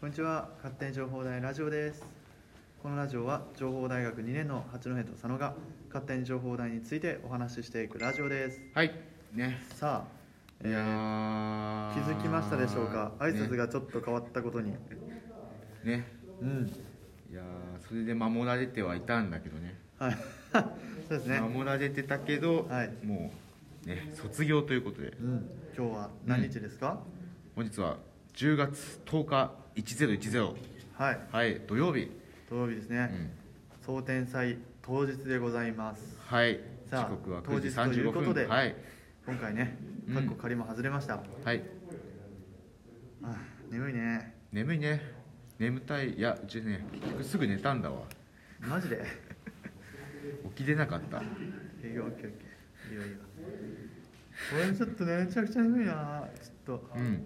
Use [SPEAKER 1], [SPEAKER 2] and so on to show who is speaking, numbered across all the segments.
[SPEAKER 1] こんにちは勝手に情報大ラジオですこのラジオは情報大学2年の八戸と佐野が勝手に情報大についてお話ししていくラジオです
[SPEAKER 2] はいね
[SPEAKER 1] さあ、え
[SPEAKER 2] いや
[SPEAKER 1] ー気
[SPEAKER 2] ー
[SPEAKER 1] づきましたでしょうか挨拶
[SPEAKER 2] ね
[SPEAKER 1] がちょっと変わったことに、
[SPEAKER 2] ね
[SPEAKER 1] うん
[SPEAKER 2] いやーそれで守られてはいたんだけどね
[SPEAKER 1] はい そうですね、
[SPEAKER 2] 守られてたけど、
[SPEAKER 1] はい
[SPEAKER 2] もうね卒業ということで
[SPEAKER 1] うん、今日は何日ですか、
[SPEAKER 2] 本日は10月10日1010
[SPEAKER 1] はい
[SPEAKER 2] はい土曜日、
[SPEAKER 1] 土曜日です
[SPEAKER 2] う
[SPEAKER 1] ね、
[SPEAKER 2] ん
[SPEAKER 1] 総天祭当日でございます
[SPEAKER 2] はい時
[SPEAKER 1] さあ
[SPEAKER 2] 刻は
[SPEAKER 1] 当
[SPEAKER 2] 9
[SPEAKER 1] 日
[SPEAKER 2] 時
[SPEAKER 1] というこ
[SPEAKER 2] 35分
[SPEAKER 1] とで
[SPEAKER 2] はい
[SPEAKER 1] 今回ね
[SPEAKER 2] うん
[SPEAKER 1] かっこ仮も外れました、
[SPEAKER 2] はい
[SPEAKER 1] あー眠いね
[SPEAKER 2] 眠いね眠たいいやうちね結局すぐ寝たんだわ
[SPEAKER 1] マジで
[SPEAKER 2] 起きれなかっ
[SPEAKER 1] い
[SPEAKER 2] た
[SPEAKER 1] いよオッケーオッケーいいよいいよこれちょっとねめちゃくちゃ眠いなちょっと
[SPEAKER 2] うん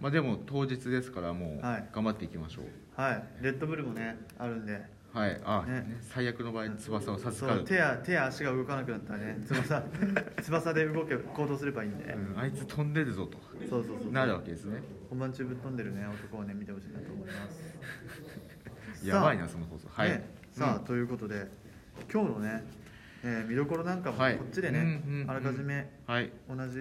[SPEAKER 2] まあでも当日ですからもう
[SPEAKER 1] はい
[SPEAKER 2] 頑張っていきましょう
[SPEAKER 1] はいレッドブルもねあるんで
[SPEAKER 2] はい、あ、
[SPEAKER 1] ね
[SPEAKER 2] ね最悪の場合翼を授か
[SPEAKER 1] そう
[SPEAKER 2] る
[SPEAKER 1] 手や手や足が動かなくなったらね翼 翼で動け行動すればいいんで、
[SPEAKER 2] うん、あいつ飛んでるぞと
[SPEAKER 1] そうそうそう
[SPEAKER 2] なるわけですね
[SPEAKER 1] 本番中ぶっ飛んでるね男をね見てほしいなと思います
[SPEAKER 2] やばい
[SPEAKER 1] さ
[SPEAKER 2] な
[SPEAKER 1] あ
[SPEAKER 2] その放送はい、
[SPEAKER 1] ねさあ、
[SPEAKER 2] うん
[SPEAKER 1] ということで今日のね、えー見どころなんかもこ
[SPEAKER 2] はい
[SPEAKER 1] っちでね、
[SPEAKER 2] うんうん
[SPEAKER 1] あらかじめ
[SPEAKER 2] はい
[SPEAKER 1] 同じ、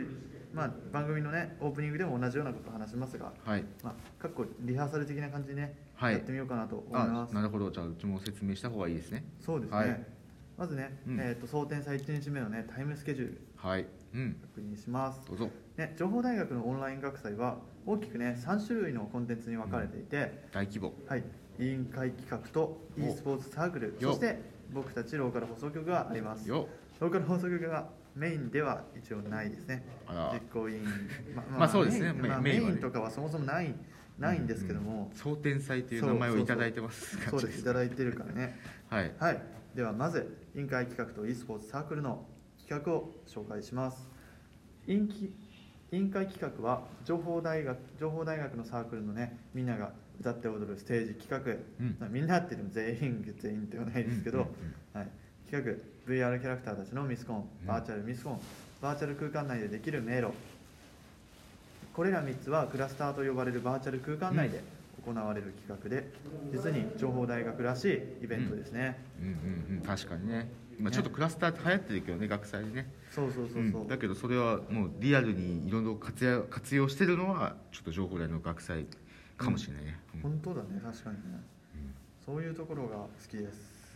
[SPEAKER 1] まあ、番組のねオープニングでも同じようなことを話しますが、
[SPEAKER 2] はい
[SPEAKER 1] まあ、かっこリハーサル的な感じでね、
[SPEAKER 2] はい
[SPEAKER 1] やってみようかなと思い
[SPEAKER 2] あ
[SPEAKER 1] ます
[SPEAKER 2] なるほどじゃあうちも説明した方がいいですね
[SPEAKER 1] そうですね、
[SPEAKER 2] はい
[SPEAKER 1] まずね、
[SPEAKER 2] うん
[SPEAKER 1] えー、と総点祭1日目のねタイムスケジュール
[SPEAKER 2] はいうん
[SPEAKER 1] 確認します
[SPEAKER 2] どうぞ
[SPEAKER 1] ね、情報大学のオンライン学祭は大きくね3種類のコンテンツに分かれていて、
[SPEAKER 2] 大規模
[SPEAKER 1] はい、委員会企画と
[SPEAKER 2] お
[SPEAKER 1] e スポーツサークル
[SPEAKER 2] よ
[SPEAKER 1] そして僕たちローカル放送局がありますロ
[SPEAKER 2] よ
[SPEAKER 1] ーカル放送局がメインでは一応ないですね
[SPEAKER 2] あら
[SPEAKER 1] 実行 委員、ま
[SPEAKER 2] まあそうです
[SPEAKER 1] メイン
[SPEAKER 2] ねメイン
[SPEAKER 1] まあ
[SPEAKER 2] メ
[SPEAKER 1] メ
[SPEAKER 2] イ
[SPEAKER 1] イ
[SPEAKER 2] ンはね
[SPEAKER 1] ンとかはそもそもないないんですけども、
[SPEAKER 2] 「蒼天祭」という名前をいただいてます
[SPEAKER 1] そうですいただい
[SPEAKER 2] て
[SPEAKER 1] てるからね
[SPEAKER 2] はい
[SPEAKER 1] はい、ではまず委員会企画と e スポーツサークルの企画を紹介します委員き委員会企画は情報大学情報大学のサークルのねみんなが歌って踊るステージ企画、
[SPEAKER 2] うん
[SPEAKER 1] まあみんなって言っても全員全員ではないですけど、
[SPEAKER 2] うん
[SPEAKER 1] はい、企画 VR キャラクターたちのミスコン
[SPEAKER 2] うん
[SPEAKER 1] バーチャルミスコン、バーチャル空間内でできる迷路これら3つはクラスターと呼ばれるバーチャル空間内で行われる企画で、実に情報大学らしいイベントですね、
[SPEAKER 2] うんうんうん確かにね今ちょっとクラスターって流行ってるけどね学祭でね
[SPEAKER 1] そうそうそうそう、
[SPEAKER 2] うんだけどそれはもうリアルにいろいろ活用活用してるのはちょっと情報大の学祭かもしれないね、うん
[SPEAKER 1] 本当だね確かにね、そういうところが好きです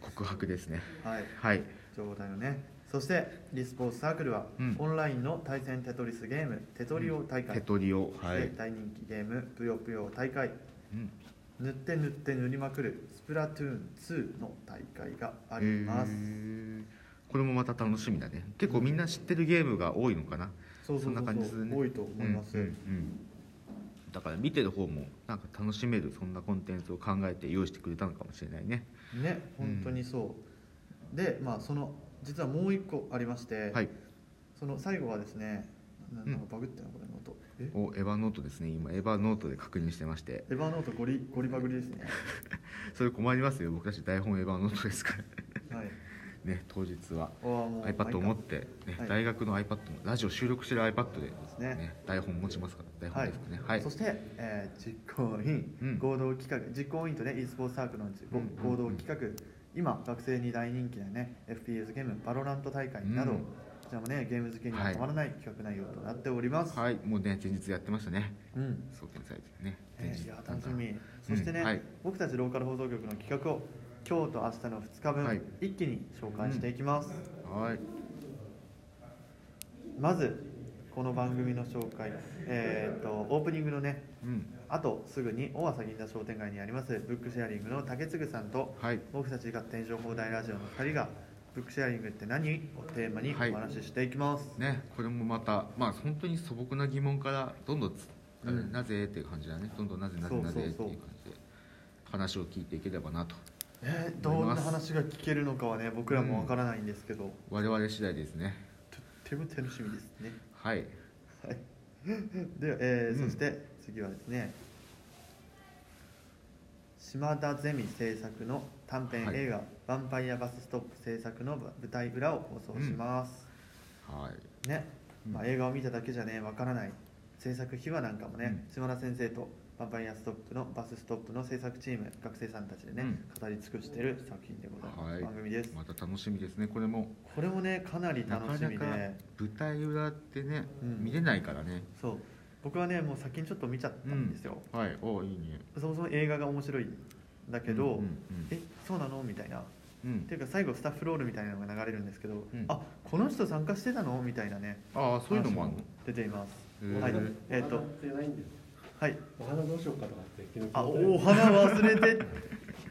[SPEAKER 2] 告白ですね
[SPEAKER 1] はい
[SPEAKER 2] はい
[SPEAKER 1] 情報大のねそしてリスポーツサークルは、
[SPEAKER 2] うん
[SPEAKER 1] オンラインの対戦テトリスゲームテトリオ大会、
[SPEAKER 2] 手取りを
[SPEAKER 1] そ
[SPEAKER 2] は
[SPEAKER 1] して
[SPEAKER 2] い、
[SPEAKER 1] 大人気ゲームぷよぷよ大会
[SPEAKER 2] うん
[SPEAKER 1] 塗って塗って塗りまくるスプラトゥーン2の大会があります
[SPEAKER 2] へーこれもまた楽しみだね結構みんな知ってるゲームが多いのかな
[SPEAKER 1] そうそうそうそ
[SPEAKER 2] んな
[SPEAKER 1] う
[SPEAKER 2] 感じするね
[SPEAKER 1] 多いと思います、
[SPEAKER 2] うんうんうんだから見てる方もなんか楽しめるそんなコンテンツを考えて用意してくれたのかもしれないね
[SPEAKER 1] ね本当にそう、でまあその実はもう一個ありまして、
[SPEAKER 2] はい
[SPEAKER 1] その最後はですねな
[SPEAKER 2] うん
[SPEAKER 1] なんかバグってなこれの音え
[SPEAKER 2] おエヴァノートですね今エヴァノートで確認してまして
[SPEAKER 1] エヴァノートゴリゴリバグリです ね
[SPEAKER 2] それ困りますよ僕たち台本エヴァノートですから
[SPEAKER 1] はい
[SPEAKER 2] ね当日は
[SPEAKER 1] ああもう
[SPEAKER 2] iPad を持って、ね
[SPEAKER 1] はい
[SPEAKER 2] 大学の iPad もラジオ収録してる iPad で、
[SPEAKER 1] すね
[SPEAKER 2] 台本持ちますから台本ですかねはい、
[SPEAKER 1] そして、えー実行委員、
[SPEAKER 2] うん
[SPEAKER 1] 合同企画実行委員とね e スポーツサークルのじご
[SPEAKER 2] うんうんう
[SPEAKER 1] 合
[SPEAKER 2] ん
[SPEAKER 1] 同企画、今学生に大人気なね FPS ゲームバロラント大会など、
[SPEAKER 2] うん
[SPEAKER 1] こちらもねゲーム好きにはたまらない企画内容となっております、
[SPEAKER 2] はいもうね前日やってましたね
[SPEAKER 1] うん
[SPEAKER 2] 総研祭でね前
[SPEAKER 1] え
[SPEAKER 2] 日
[SPEAKER 1] ーいや楽しみそしてね、
[SPEAKER 2] うんはい
[SPEAKER 1] 僕たちローカル放送局の企画を今日と明日の2日分、
[SPEAKER 2] はい
[SPEAKER 1] 一気に紹介していきます、
[SPEAKER 2] はい
[SPEAKER 1] まずこの番組の紹介えーっとオープニングのね
[SPEAKER 2] うん
[SPEAKER 1] あとすぐに大朝銀座商店街にありますブックシェアリングの竹次さんと
[SPEAKER 2] はい
[SPEAKER 1] 僕たちが天情報大ラジオの2人がブックシェアリングって何をテーマにお
[SPEAKER 2] はい
[SPEAKER 1] 話ししていきます、
[SPEAKER 2] ねこれもまたまあ本当に素朴な疑問からどんどんつ、あれ
[SPEAKER 1] うん
[SPEAKER 2] なぜっていう感じだねどんどんなぜなぜなぜっていう
[SPEAKER 1] そうそうそう
[SPEAKER 2] 感じで話を聞いていければなと
[SPEAKER 1] えーどんな話が聞けるのかはね僕らもわからないんですけど、
[SPEAKER 2] 我々次第ですね
[SPEAKER 1] とっても楽しみですね
[SPEAKER 2] はい
[SPEAKER 1] はいで、えー
[SPEAKER 2] う
[SPEAKER 1] そ
[SPEAKER 2] ん
[SPEAKER 1] して次はですね島田ゼミ制作の短編映画「ヴァンパイアバスストップ」制作の舞台裏を放送します、
[SPEAKER 2] はい
[SPEAKER 1] ね、まあ、映画を見ただけじゃねわからない制作秘話なんかもね、
[SPEAKER 2] うん
[SPEAKER 1] 島田先生と「ヴァンパイアストップ」のバスストップの制作チーム学生さんたちでね、
[SPEAKER 2] うん
[SPEAKER 1] 語り尽くしてる作品でございます、
[SPEAKER 2] はい
[SPEAKER 1] 番組です
[SPEAKER 2] また楽しみですねこれも
[SPEAKER 1] これもねかなり
[SPEAKER 2] な
[SPEAKER 1] 楽
[SPEAKER 2] か
[SPEAKER 1] しみで
[SPEAKER 2] なか舞台裏ってね、
[SPEAKER 1] うん
[SPEAKER 2] 見れないからね
[SPEAKER 1] そう僕はねもう先にちょっと見ちゃったんですよ、
[SPEAKER 2] はいおいいね
[SPEAKER 1] そもそも映画が面白いんだけど、
[SPEAKER 2] うんうん
[SPEAKER 1] えそうなのみたいな
[SPEAKER 2] うんうん
[SPEAKER 1] っていうか最後スタッフロールみたいなのが流れるんですけど、
[SPEAKER 2] ん
[SPEAKER 1] あこの人参加してたのみたいなね
[SPEAKER 2] ああそういうのもある
[SPEAKER 1] 話出ています、
[SPEAKER 2] へー
[SPEAKER 1] はいえっ、
[SPEAKER 3] お
[SPEAKER 1] と
[SPEAKER 3] 花ってないんです
[SPEAKER 1] はい
[SPEAKER 3] お花どうしようかとかって昨日
[SPEAKER 1] あ
[SPEAKER 3] 聞
[SPEAKER 1] お
[SPEAKER 3] い
[SPEAKER 1] 花忘れて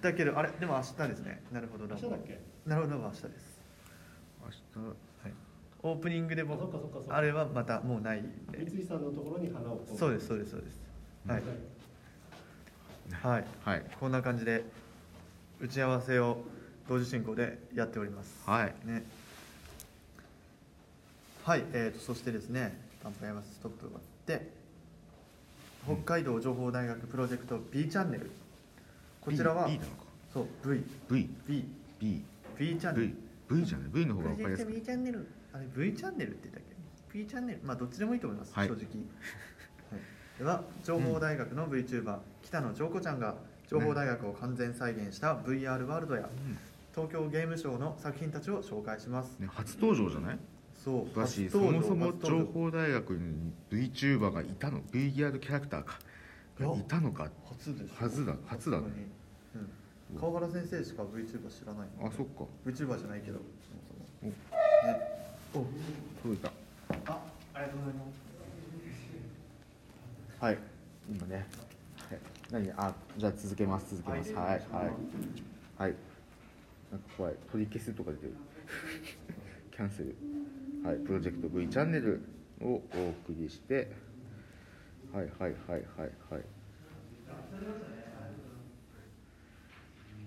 [SPEAKER 1] たけどあれでも明日ですねなるほど
[SPEAKER 3] た
[SPEAKER 1] なるほど
[SPEAKER 3] ら明日だっけ
[SPEAKER 1] なるほど明日です、
[SPEAKER 2] の
[SPEAKER 1] はい、オープニングで
[SPEAKER 3] あそっ
[SPEAKER 1] 僕
[SPEAKER 3] かそっかそっか
[SPEAKER 1] あれはまたもうないんで
[SPEAKER 3] 三井さんのところに花を
[SPEAKER 1] そうですそうですそうですはい、はい、
[SPEAKER 2] 明日はい
[SPEAKER 1] こんな感じで打ち合わせを同時進行でやっております
[SPEAKER 2] はい
[SPEAKER 1] ねはい、えー、とそしてですね「乾杯バスストップ」終わって北海道情報大学プロジェクト B チャンネルこちらは
[SPEAKER 2] B, B なのか
[SPEAKER 1] そう VBB
[SPEAKER 2] VBV
[SPEAKER 1] チャンネル
[SPEAKER 2] じゃない V の方
[SPEAKER 1] プ
[SPEAKER 2] が
[SPEAKER 1] ロ
[SPEAKER 2] 分
[SPEAKER 1] ジ
[SPEAKER 2] かり
[SPEAKER 1] ェ
[SPEAKER 2] や
[SPEAKER 1] ク
[SPEAKER 2] す
[SPEAKER 1] ト B
[SPEAKER 2] く
[SPEAKER 1] チャンネルあれ V チャンネルって言ったっけ B チャンネルまあどっちでもいいと思います、
[SPEAKER 2] はい
[SPEAKER 1] 正直、はい、では情報大学の VTuber、北野京子ちゃんが情報大学を完全再現した VR ワールドや東京ゲームショウの作品たちを紹介します
[SPEAKER 2] ね、初登場じゃない
[SPEAKER 1] そう
[SPEAKER 2] だし
[SPEAKER 1] 初
[SPEAKER 2] そ
[SPEAKER 1] 登
[SPEAKER 2] も
[SPEAKER 1] 場
[SPEAKER 2] そも
[SPEAKER 1] 初登場
[SPEAKER 2] 情報大学に VTuber がいたの VR キャラクターか
[SPEAKER 1] いや
[SPEAKER 2] いたのか
[SPEAKER 1] 初ですよ
[SPEAKER 2] はずだ初だね
[SPEAKER 1] 本当にうん、川原先生しか VTuber 知らない
[SPEAKER 2] あそっか
[SPEAKER 1] VTuber じゃないけど
[SPEAKER 2] お
[SPEAKER 1] そも
[SPEAKER 2] 届いた
[SPEAKER 1] そもねあありがとうございますはい
[SPEAKER 2] 今ね、はい、何あじゃあ続けます続けますはいはいはいなんか怖い取り消すとか出てる キャンセルはいプロジェクト V チャンネルをお送りしてはいはいはいはいはい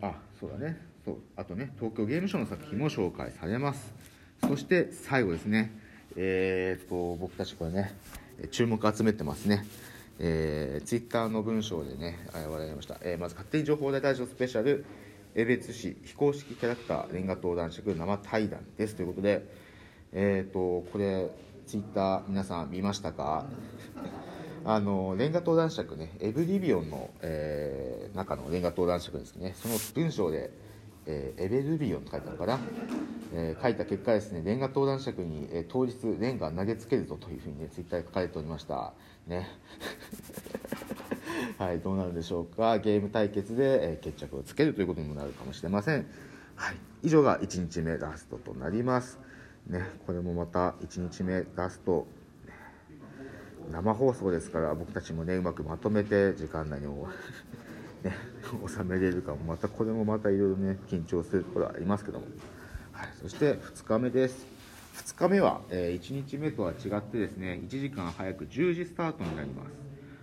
[SPEAKER 2] あそうだねそうあとね東京ゲームショウの作品も紹介されますそして最後ですねえー、っと僕たちこれねえー注目集めてますねえー、ツイッターの文章でねあ話題になりました、えーまず勝手に情報大大賞スペシャル江別市非公式キャラクターレンガ登壇職生対談ですということでえー、っとこれツイッター皆さん見ましたか あのレンガ登壇尺ねエブリビオンの、えー中のレンガ登壇尺ですねその文章で、えーエベルビオンと書いたのかな、えー書いた結果ですねレンガ登壇尺に、えー当日レンガ投げつけるぞというふうにねツイッターで書かれておりましたね はいどうなるでしょうかゲーム対決で、えー決着をつけるということにもなるかもしれませんはい以上が1日目ラストとなりますねこれもまた1日目ラスト生放送ですから僕たちもねうまくまとめて時間内にも ね収めれるかもまたこれもまたいろいろね緊張するところはありますけども、はい、そして2日目です2日目は、え1日目とは違ってですね1時間早く10時スタートになります、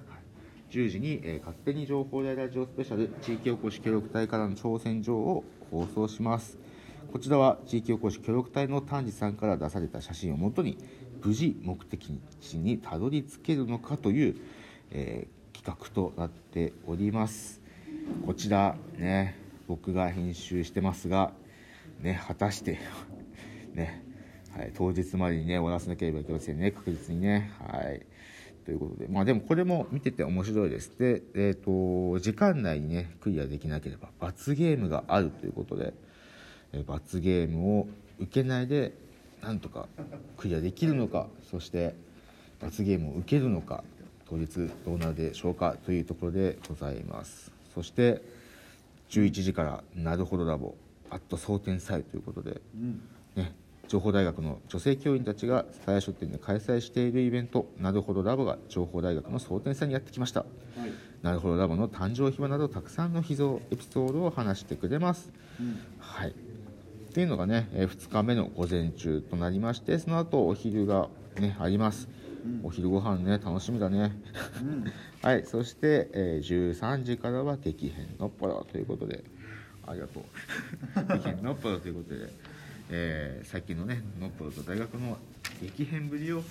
[SPEAKER 2] はい、10時に、えー勝手に情報大ラジオスペシャル地域おこし協力隊からの挑戦状を放送しますこちらは地域おこし協力隊の丹治さんから出された写真をもとに無事目的地にたどり着けるのかという、えー企画となっておりますこちらね僕が編集してますがね果たして ね、はい、当日までにね終わらせなければいけませんね確実にねはいということでまあでもこれも見てて面白いですでえっ、と時間内にねクリアできなければ罰ゲームがあるということでえー罰ゲームを受けないでなんとかクリアできるのかそして罰ゲームを受けるのか当日どうなるでしょうかというところでございますそして11時から「なるほどラボ」あっと蒼天祭ということで、ね、情報大学の女性教員たちが蔦屋書店で開催しているイベント「なるほどラボ」が情報大学の蒼天祭にやってきました、なるほどラボの誕生秘話などたくさんの秘蔵エピソードを話してくれます、はいっていうのがね、えー2日目の午前中となりましてその後お昼がねあります、お昼ご飯ね楽しみだね、 はいそして、えー13時からは激変のっぽろということでありがとう激変のっぽろということで、えー、さっきのねのっぽろと大学の激変ぶりを、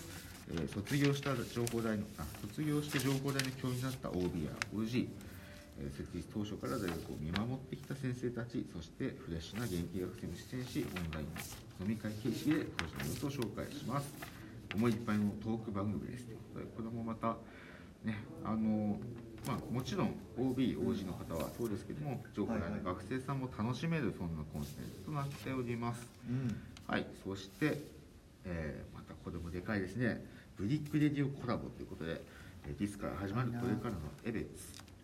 [SPEAKER 2] えー卒業した情報大のあ卒業して情報大の教員になった OB や OG えー設立当初から大学を見守ってきた先生たちそしてフレッシュな現役学生も出演しオンライン飲み会形式で個人の様子を紹介します思いいっぱいのトーク番組ですということでこれもまたねあのまあ、もちろん OB、OG の方はそうですけども情報内の学生さんも楽しめるそんなコンテンツとなっております。
[SPEAKER 1] うん
[SPEAKER 2] はい、そして、えーまたこれもでかいですね、ブリックレディオコラボということで、えーディスから始まるこれからのエベツ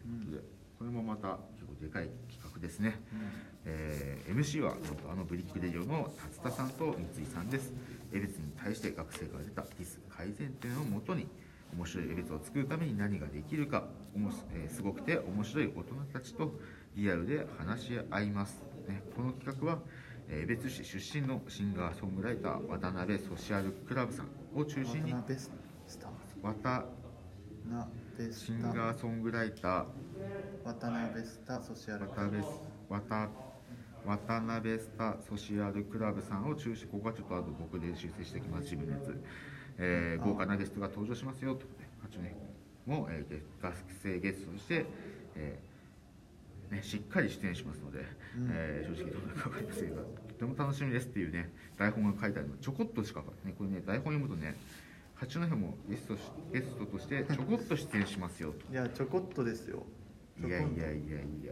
[SPEAKER 2] ということで、これもまた結構でかい企画ですね。えー MC はなんとあのブリックレディオの達田さんと三井さんです。エベツに対して学生から出たディス改善点をもとに、面白いエベツを作るために何ができるか、おもしえーすごくて面白い大人たちとリアルで話し合います。ね、この企画は、えー、江別市出身のシンガーソングライター渡辺ソシアルクラブさんを中心に
[SPEAKER 1] ナベスタ
[SPEAKER 2] 渡
[SPEAKER 1] ナベス
[SPEAKER 2] シン
[SPEAKER 1] タ
[SPEAKER 2] ガーソングライター
[SPEAKER 1] 渡辺スタソシアル
[SPEAKER 2] 渡辺渡渡辺スタソシアルクラブさんを中心ここはちょっとあと僕で修正してきます自分のやつ、えー豪華なゲストが登場しますよということで八戸も、えーゲ学生ゲストとして、えーね、しっかり出演しますので、えー正直どうなるか分かりませんがとても楽しみですっていうね台本が書いてあるのちょこっとしか、ね、これね台本読むとね八戸もゲストしゲストとしてちょこっと出演しますよ
[SPEAKER 1] いや ちょこっとですよ
[SPEAKER 2] といやいやいやいや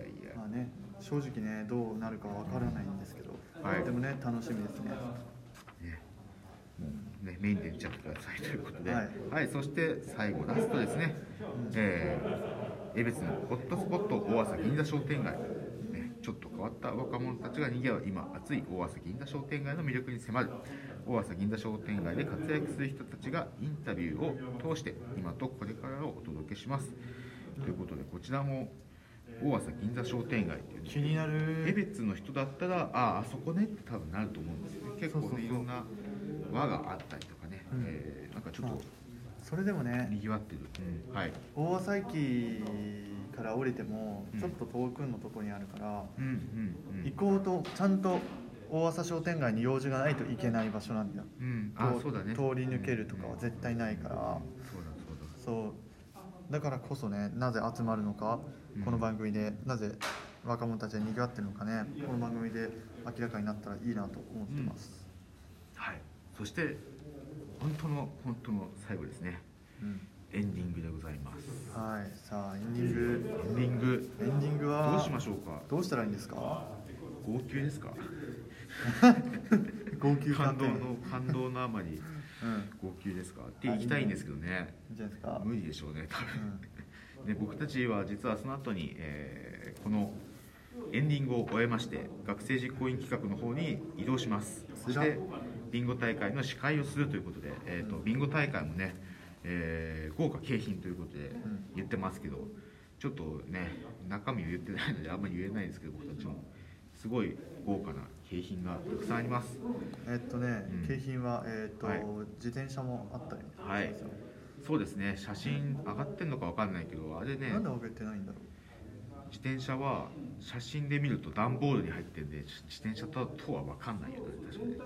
[SPEAKER 2] いや
[SPEAKER 1] まあね正直ねどうなるかわからないんですけど、
[SPEAKER 2] はい
[SPEAKER 1] でもね楽しみですね
[SPEAKER 2] ね、もうね、メインで出ちゃってくださいということで、
[SPEAKER 1] は
[SPEAKER 2] はいい、そして最後、ラストですね、えー、江別のホットスポット大朝銀座商店街、ね、ちょっと変わった若者たちが賑わう今、熱い大朝銀座商店街の魅力に迫る、大朝銀座商店街で活躍する人たちがインタビューを通して、今とこれからをお届けします。ということで、こちらも大朝銀座商店街というね
[SPEAKER 1] 気にな
[SPEAKER 2] 江
[SPEAKER 1] る
[SPEAKER 2] 別の人だったらあああそこねって多分なると思うんですよね結構ね
[SPEAKER 1] そうそうそう
[SPEAKER 2] いろんな輪があったりとかね、
[SPEAKER 1] うん
[SPEAKER 2] えーなんかちょっ
[SPEAKER 1] ま
[SPEAKER 2] と
[SPEAKER 1] それでもね
[SPEAKER 2] にぎわってる、うんはい、
[SPEAKER 1] 大朝駅から降りても
[SPEAKER 2] うん
[SPEAKER 1] ちょっと遠くのとこにあるから、
[SPEAKER 2] うんうんうん
[SPEAKER 1] 行こうとちゃんと大朝商店街に用事がないといけない場所なんだよ
[SPEAKER 2] うん、あ
[SPEAKER 1] 通
[SPEAKER 2] そうだね
[SPEAKER 1] 通り抜けるとかは絶対ないから
[SPEAKER 2] そうだそうだ
[SPEAKER 1] そうだからこそねなぜ集まるのか、
[SPEAKER 2] うん
[SPEAKER 1] この番組でなぜ若者たちが賑わってるのかねこの番組で明らかになったらいいなと思ってます、
[SPEAKER 2] はいそして本当の本当の最後ですね
[SPEAKER 1] うん
[SPEAKER 2] エンディングでございます
[SPEAKER 1] はいさあエンディング
[SPEAKER 2] エンディング
[SPEAKER 1] エンディングは
[SPEAKER 2] どうしましょうか
[SPEAKER 1] どうしたらいいんですか
[SPEAKER 2] 号泣で すか
[SPEAKER 1] 号泣キャ
[SPEAKER 2] 感
[SPEAKER 1] ンペ
[SPEAKER 2] 動
[SPEAKER 1] ーン
[SPEAKER 2] の感動のあまり
[SPEAKER 1] うん
[SPEAKER 2] 号泣ですかって行きたいんですけどね
[SPEAKER 1] いいんじゃないですか
[SPEAKER 2] 無理でしょうね多分、で僕たちは実はその後に、えーこのエンディングを終えまして学生実行委員企画の方に移動しますそしてビンゴ大会の司会をするということで、えー、とビンゴ大会もね、えー豪華景品ということで
[SPEAKER 1] ん
[SPEAKER 2] 言ってますけどちょっとね中身を言ってないのであんまり言えないんですけど僕たちもすごい豪華な景品がたくさんあります
[SPEAKER 1] えっとね、
[SPEAKER 2] うん
[SPEAKER 1] 景品は、えっと
[SPEAKER 2] はい
[SPEAKER 1] 自転車もあったりす
[SPEAKER 2] はい
[SPEAKER 1] るんですよ
[SPEAKER 2] そうですね写真上がってんのかわかんないけどあれね
[SPEAKER 1] なんで上げてないんだろ
[SPEAKER 2] 自転車は写真で見ると段ボールに入ってるんで自転車ととは分かんないよね確かに
[SPEAKER 1] う、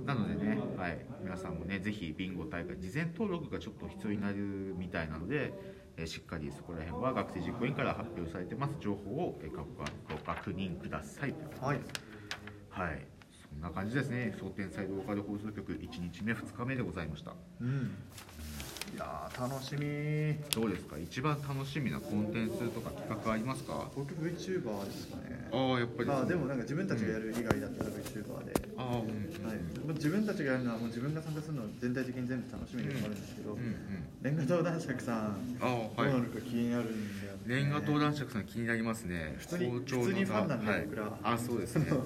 [SPEAKER 1] うん
[SPEAKER 2] なのでね、はい、皆さんもねぜひビンゴ大会事前登録がちょっと必要になるみたいなので、えーしっかりそこら辺は学生実行委員から発表されてます情報を、えーごご確認くださいということで
[SPEAKER 1] はい
[SPEAKER 2] はいそんな感じですね蒼天祭ローカル放送局1日目2日目でございました
[SPEAKER 1] うんいやー楽しみ
[SPEAKER 2] どうですか一番楽しみなコンテンツとか企画ありますか
[SPEAKER 1] 僕 VTuber ですかね
[SPEAKER 2] ああやっぱり
[SPEAKER 1] まあでもなんか自分たちがやる以外だったら VTuber で、
[SPEAKER 2] ああうんうん
[SPEAKER 1] はい、もう自分たちがやるのはもう自分が参加するのは全体的に全部楽しみでもあるんですけど、
[SPEAKER 2] うんうん
[SPEAKER 1] レンガ灯男爵さん
[SPEAKER 2] あ
[SPEAKER 1] どう
[SPEAKER 2] は
[SPEAKER 1] ないるか気になるんだよね
[SPEAKER 2] 年賀灯男爵さん気になりますね
[SPEAKER 1] 普通に
[SPEAKER 2] 好調
[SPEAKER 1] 普通に
[SPEAKER 2] 座
[SPEAKER 1] ファンなんで
[SPEAKER 2] はい
[SPEAKER 1] 僕ら
[SPEAKER 2] あそうで すね
[SPEAKER 1] はい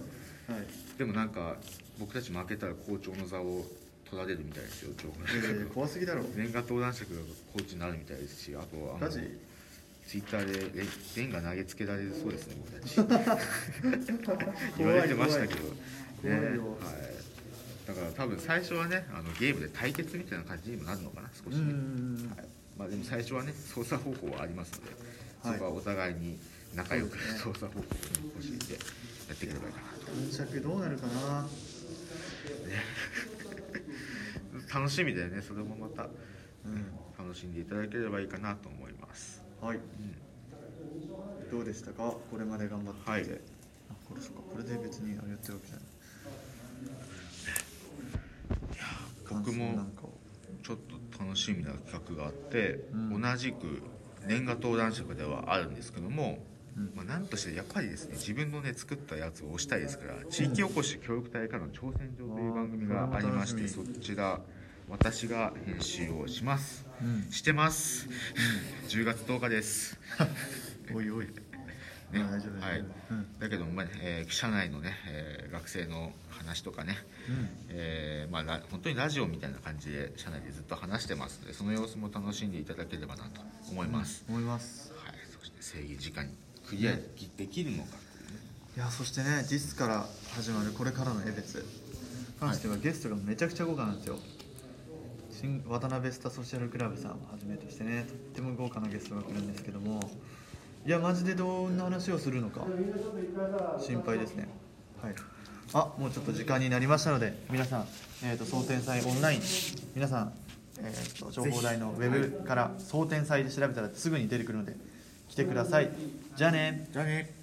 [SPEAKER 2] でもなんか僕たち負けたら校長の座を取られるみたいですよ長
[SPEAKER 1] えー、怖すぎだろ
[SPEAKER 2] 年賀灯男爵がコーチになるみたいですしあと あ
[SPEAKER 1] ガ
[SPEAKER 2] の
[SPEAKER 1] チ
[SPEAKER 2] ツイッターでえレンガ投げつけられるそうですね 僕たち 言われてましたけど
[SPEAKER 1] 怖い
[SPEAKER 2] ね
[SPEAKER 1] 怖いよ
[SPEAKER 2] はいだから多分最初はねあのゲームで対決みたいな感じにもなるのかな少
[SPEAKER 1] う
[SPEAKER 2] し
[SPEAKER 1] ー
[SPEAKER 2] ね
[SPEAKER 1] ん
[SPEAKER 2] はいまあ、でも最初はね操作方法はありますので、
[SPEAKER 1] はい
[SPEAKER 2] そこはお互いに仲良く、
[SPEAKER 1] そ
[SPEAKER 2] 操作方法を教えてやっていければいいか
[SPEAKER 1] 男爵どうなるかな
[SPEAKER 2] なと楽しみだよねそれもまた、ね
[SPEAKER 1] う
[SPEAKER 2] 楽しんでいただければいいかなと思います、
[SPEAKER 1] はい
[SPEAKER 2] うん
[SPEAKER 1] どうでしたかこれまで頑張ってきて、
[SPEAKER 2] はい
[SPEAKER 1] あこれそうかこれで別にあれやってるわけじゃない
[SPEAKER 2] 僕も
[SPEAKER 1] 感想なんかを
[SPEAKER 2] ちょっと楽しみな企画があって、
[SPEAKER 1] うん
[SPEAKER 2] 同じく年賀登壇色ではあるんですけども、
[SPEAKER 1] うん
[SPEAKER 2] まあ、なんとしてやっぱりですね自分のね作ったやつを推したいですから地域おこし協力隊からの挑戦状という番組がありまして
[SPEAKER 1] あーそ
[SPEAKER 2] そ
[SPEAKER 1] れも楽しみ
[SPEAKER 2] ちら私が編集をします
[SPEAKER 1] うん
[SPEAKER 2] してます10月10 日です、
[SPEAKER 1] おいおい、
[SPEAKER 2] ね
[SPEAKER 1] あ大丈夫大丈夫、
[SPEAKER 2] はい
[SPEAKER 1] うん
[SPEAKER 2] だけども、まあえー社内のね、えー学生の話とかね、えーまあ、ラ本当にラジオみたいな感じで社内でずっと話してますのでその様子も楽しんでいただければなと思います、
[SPEAKER 1] 思います
[SPEAKER 2] はい、そして制限時間にクリアできるのか
[SPEAKER 1] いやそしてね実から始まるこれからのエベツ関してはゲストがめちゃくちゃ豪華なんですよ、新渡辺スタソーシャルクラブさんをはじめとしてねとっても豪華なゲストが来るんですけどもいやマジでどんな話をするのか心配ですねはいあもうちょっと時間になりましたので皆さん、えー、と総天祭オンライン皆さん、えー、と情報台のウェブから総天祭で調べたらすぐに出てくるので来てくださいじゃあね
[SPEAKER 2] じゃあね